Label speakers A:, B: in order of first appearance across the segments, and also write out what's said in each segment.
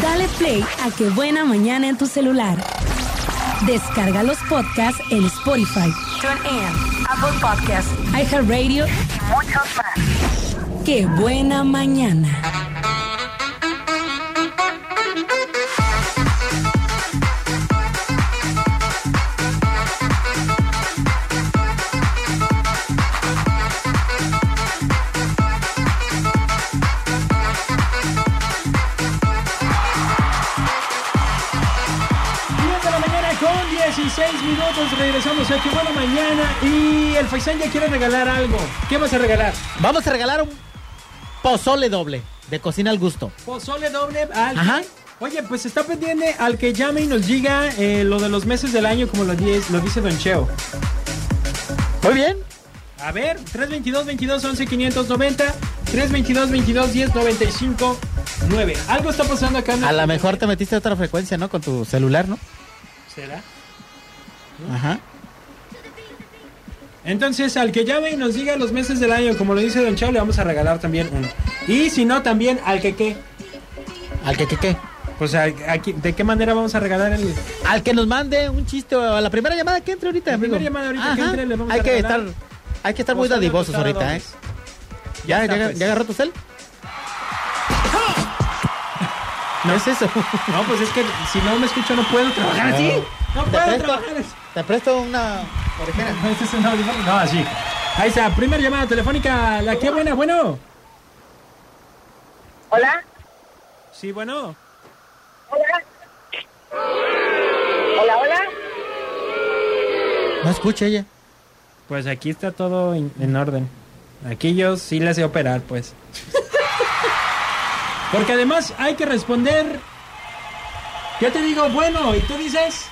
A: Dale play a Qué Buena Mañana en tu celular. Descarga los podcasts en Spotify, TuneIn, Apple Podcasts, iHeartRadio y muchos más. Qué Buena Mañana.
B: Seis minutos, regresamos aquí. Bueno, mañana. Y el Faisán ya quiere regalar algo. ¿Qué vas a regalar?
C: Vamos a regalar un pozole doble de cocina al gusto.
B: Pozole doble al.
C: Ajá.
B: Oye, pues está pendiente al que llame y nos diga eh, lo de los meses del año, como lo, diez- lo dice Don Cheo.
C: Muy bien.
B: A ver, 322 22 11 590 322 22 10 95 9. Algo está pasando acá. en
C: A lo
B: el-
C: mejor te metiste a otra frecuencia, ¿no? Con tu celular, ¿no?
B: ¿Será?
C: Ajá.
B: Entonces, al que llame y nos diga los meses del año, como lo dice Don Cheo, le vamos a regalar también uno. Y si no, también al que qué.
C: Al que, que, que.
B: Pues ¿a- a qui- ¿de qué manera vamos a regalar el
C: Al que nos mande un chiste o a la primera llamada que entre ahorita,
B: La
C: amigo.
B: primera llamada ahorita que
C: Ajá.
B: entre le vamos
C: hay
B: a
C: que
B: regalar.
C: estar, Hay que estar muy
B: Pozole
C: dadivosos
B: de
C: ahorita, ¿eh?
B: dobles.
C: ¿Ya,
B: está,
C: ya,
B: pues.
C: ya agarró tu cel? No es eso.
B: No, pues es que si no me escucho no puedo trabajar así. No
C: Te
B: puedo
C: presto-
B: trabajar así.
C: Te presto una orejera.
B: No, este es un audífono. No, así. Ahí está, primera llamada telefónica. La que buena, bueno.
D: Hola,
B: Sí, bueno.
D: hola. Hola, hola.
C: No escucha ella.
B: Pues aquí está todo in- en orden. Aquí yo sí le sé operar, pues. Porque además hay que responder. Yo te digo bueno y tú dices.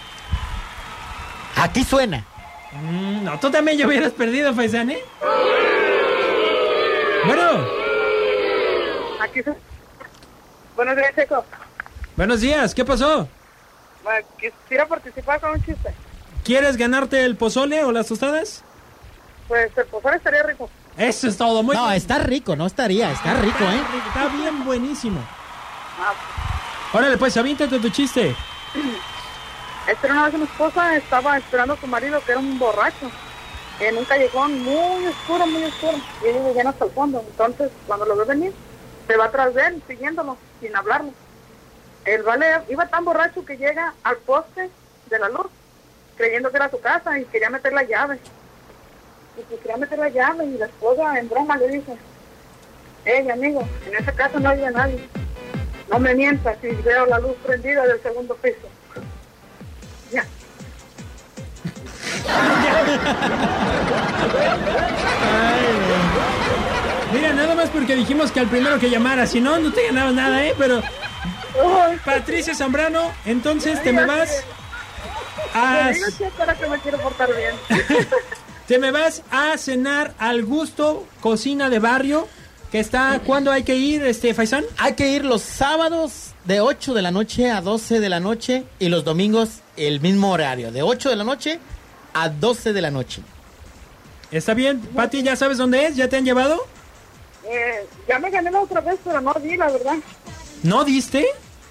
C: Aquí suena.
B: Mm, no, tú también ya hubieras perdido, Faisán, ¿eh? Bueno,
D: Aquí se- Buenos días, Checo.
B: buenos días, ¿qué pasó?
D: Bueno, Quisiera participar con un chiste.
B: ¿Quieres ganarte el pozole o las tostadas?
D: Pues el profesor estaría rico.
B: Eso es todo, muy
C: No,
B: bien.
C: está rico, no estaría, está rico, ¿eh?
B: Está bien buenísimo.
D: Ah,
B: Órale, pues avíntate tu chiste.
D: Esta era una vez una esposa, estaba esperando a su marido, que era un borracho, en un callejón muy oscuro, muy oscuro, y ellos llegan hasta el fondo. Entonces, cuando lo ve venir, se va atrás de él, siguiéndolo, sin hablarle. El vale iba tan borracho que llega al poste de la luz, creyendo que era su casa y quería meter la llave. Y que quería meter la llave y la esposa en broma le dice, hey amigo, en esa casa no había nadie. No me mientas si veo la luz prendida del segundo piso. Ya.
B: Mira, nada más porque dijimos que al primero que llamara, si no, no te ganabas nada, ¿eh? Pero
D: Ay,
B: Patricia Zambrano, entonces te me vas a, Ah,
D: te digo, tía, para que me quiero portar bien.
B: te me vas a cenar al gusto cocina de barrio que está. ¿Cuándo hay que ir, este Faisán?
C: Hay que ir los sábados de 8 de la noche a 12 de la noche y los domingos el mismo horario, de 8 de la noche a 12 de la noche.
B: Está bien, Pati, ya sabes dónde es, ya te han llevado.
D: Eh, ya me gané la otra vez, pero no di, la verdad.
B: ¿No diste?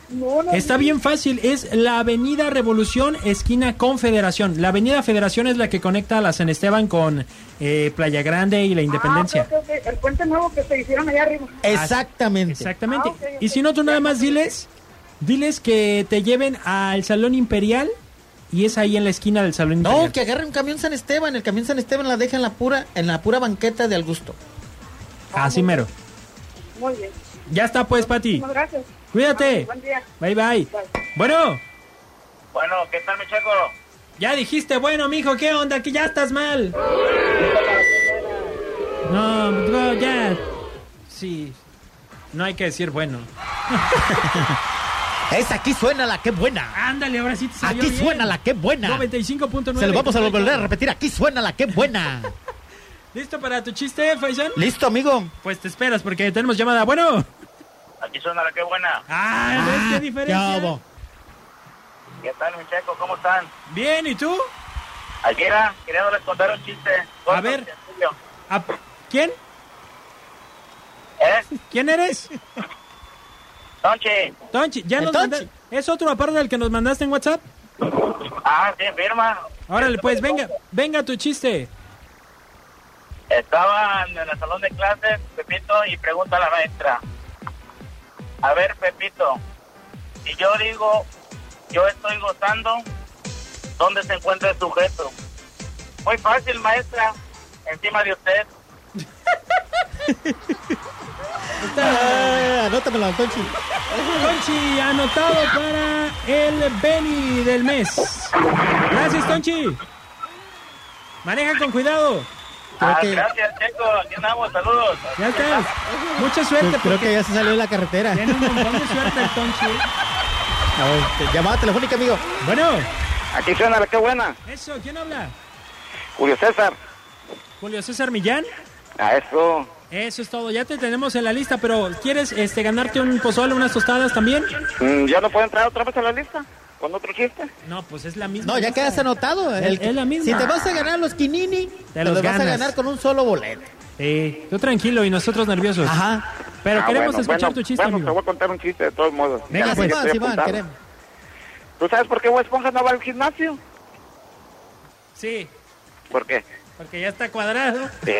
D: No, no
B: Está
D: di. Ah,
B: bien fácil, es la Avenida Revolución, esquina Confederación. La Avenida Federación es la que conecta a la San Esteban con eh, Playa Grande y la Independencia.
D: Ah, ok, ok, ok. El puente nuevo que se hicieron allá arriba.
C: Exactamente.
B: Exactamente.
D: Ah, ok, ok.
B: Y si no, tú nada más diles, diles que te lleven al Salón Imperial y es ahí en la esquina del Salón Imperial.
C: No, que agarre un camión San Esteban, el camión San Esteban la deja en la pura, en la pura banqueta de Augusto.
B: Así mero.
D: Muy bien.
B: Ya está pues, Pati.
D: Muchas gracias.
B: Cuídate.
D: Buen día.
B: Bye, bye.
D: Bye.
B: Bueno,
E: Bueno, ¿qué tal, mi checo?
B: ya dijiste, bueno, mijo, ¿qué onda? Que ya estás mal. No, no, ya. Sí. No hay que decir bueno.
C: Es aquí suena la que buena.
B: Ándale, ahora sí te salió
C: Aquí
B: bien.
C: suena la que buena.
B: 95.9.
C: Se lo vamos a volver a repetir, aquí suena la que buena.
B: ¿Listo para tu chiste, Faisán?
C: Listo, amigo.
B: Pues te esperas porque tenemos llamada. Bueno.
E: Aquí suena la que buena.
B: Ah, ¿ves
C: Ah,
B: qué diferencia?
C: ya hubo.
E: ¿Qué tal, mi checo? ¿Cómo están?
B: Bien, ¿y tú?
E: Aquí era, queriéndoles contar un chiste.
B: A ver.
E: sencillo.
B: ¿A- ¿Quién?
E: ¿Eh?
B: ¿Quién eres?
E: Tonche.
B: Tonchi, ya
C: El
B: nos
C: Tonchi.
B: manda- ¿Es otro aparte del que nos mandaste en WhatsApp?
E: Ah, sí, firma.
B: Órale, pues venga, venga tu chiste.
E: Estaban en el salón de clases, Pepito, y pregunta a la maestra. A ver, Pepito, si yo digo, yo estoy gozando, ¿dónde se encuentra el sujeto? Muy fácil, maestra, encima de usted.
C: Ah, Anótamelo, Antonchi.
B: Tonchi, anotado para el Benny del mes. Gracias, Tonchi. Maneja con cuidado.
C: Creo
E: Ah,
C: que-
E: Gracias, Checo, aquí andamos, saludos.
B: Ya estás. Mucha suerte,
C: Creo
B: porque
C: que ya se salió de la carretera.
B: tiene un montón de suerte el Tonchi.
C: A ver, te- llamada telefónica, amigo.
B: Bueno,
F: Aquí suena la que buena.
B: eso, ¿quién habla?
F: Julio César.
B: Julio César Millán.
F: A eso.
B: Eso es todo, ya te tenemos en la lista, pero ¿quieres este, ganarte un pozole, unas tostadas también?
F: Mm, ¿Ya no puedo entrar otra vez a la lista? ¿Con otro chiste?
B: No, pues es la misma.
C: No, ya
B: lista.
C: quedas anotado. El-
B: Es la misma.
C: Si te vas a ganar los quinini, te,
B: los
C: los, vas a
B: ganas.
C: ganar con un solo boleto.
B: Sí, tú tranquilo y nosotros nerviosos.
C: Ajá.
B: Pero
F: Ah,
B: queremos
F: bueno,
B: escuchar
F: bueno,
B: tu chiste,
F: bueno, te voy
B: amigo.
F: a contar un chiste de todos modos.
B: Venga,
F: Ya,
C: Venga,
B: pues,
F: ya
C: Simón,
F: estoy
C: Simón,
F: apuntado.
C: queremos.
F: ¿Tú sabes por qué Bob Esponja no va al gimnasio?
B: Sí,
F: ¿Por qué?
B: porque ya está cuadrado.
F: Sí,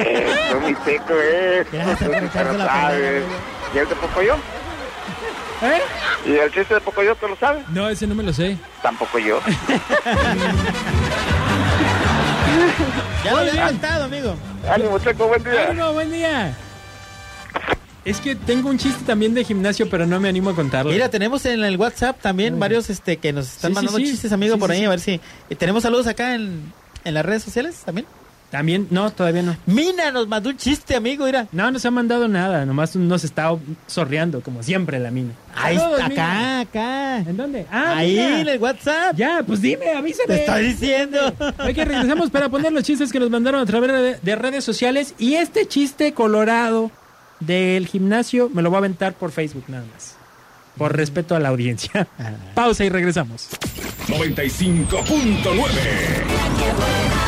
F: soy muy seco, eh.
C: Ya,
F: Tú
C: te
F: te lo
C: echaste la
F: sabes.
C: pelea,
F: ¿Y el de Pocoyo?
B: ¿Eh?
F: ¿Y el chiste de Pocoyo tú lo sabes?
B: No, ese no me lo sé.
F: Tampoco yo.
C: Ya lo había contado, amigo.
F: Ánimo, Checo, buen día.
B: ¡Ánimo, buen día! Es que tengo un chiste también de gimnasio, pero no me animo a contarlo.
C: Mira, tenemos en el WhatsApp también varios este que nos
B: Pues, Sí,
C: están
B: sí,
C: mandando
B: sí.
C: chistes, amigo,
B: Sí,
C: por
B: sí,
C: ahí.
B: sí.
C: A ver si. y tenemos saludos acá en, en las redes sociales también.
B: También, no, todavía no.
C: Mina nos mandó un chiste, amigo, mira.
B: No nos ha mandado nada, nomás nos está sorreando, como siempre, la mina.
C: Ahí
B: Saludos,
C: está,
B: mina.
C: acá, acá.
B: ¿En dónde? Ah,
C: Ahí
B: mira.
C: en el WhatsApp.
B: Ya, pues dime, avísame.
C: Te estoy diciendo.
B: Hay que regresamos para poner los chistes que nos mandaron a través de, de redes sociales. Y este chiste colorado del gimnasio me lo voy a aventar por Facebook nada más.
C: Mm.
B: Por respeto a la audiencia.
C: Ah.
B: Pausa y regresamos.
G: 95.9.
A: La que buena.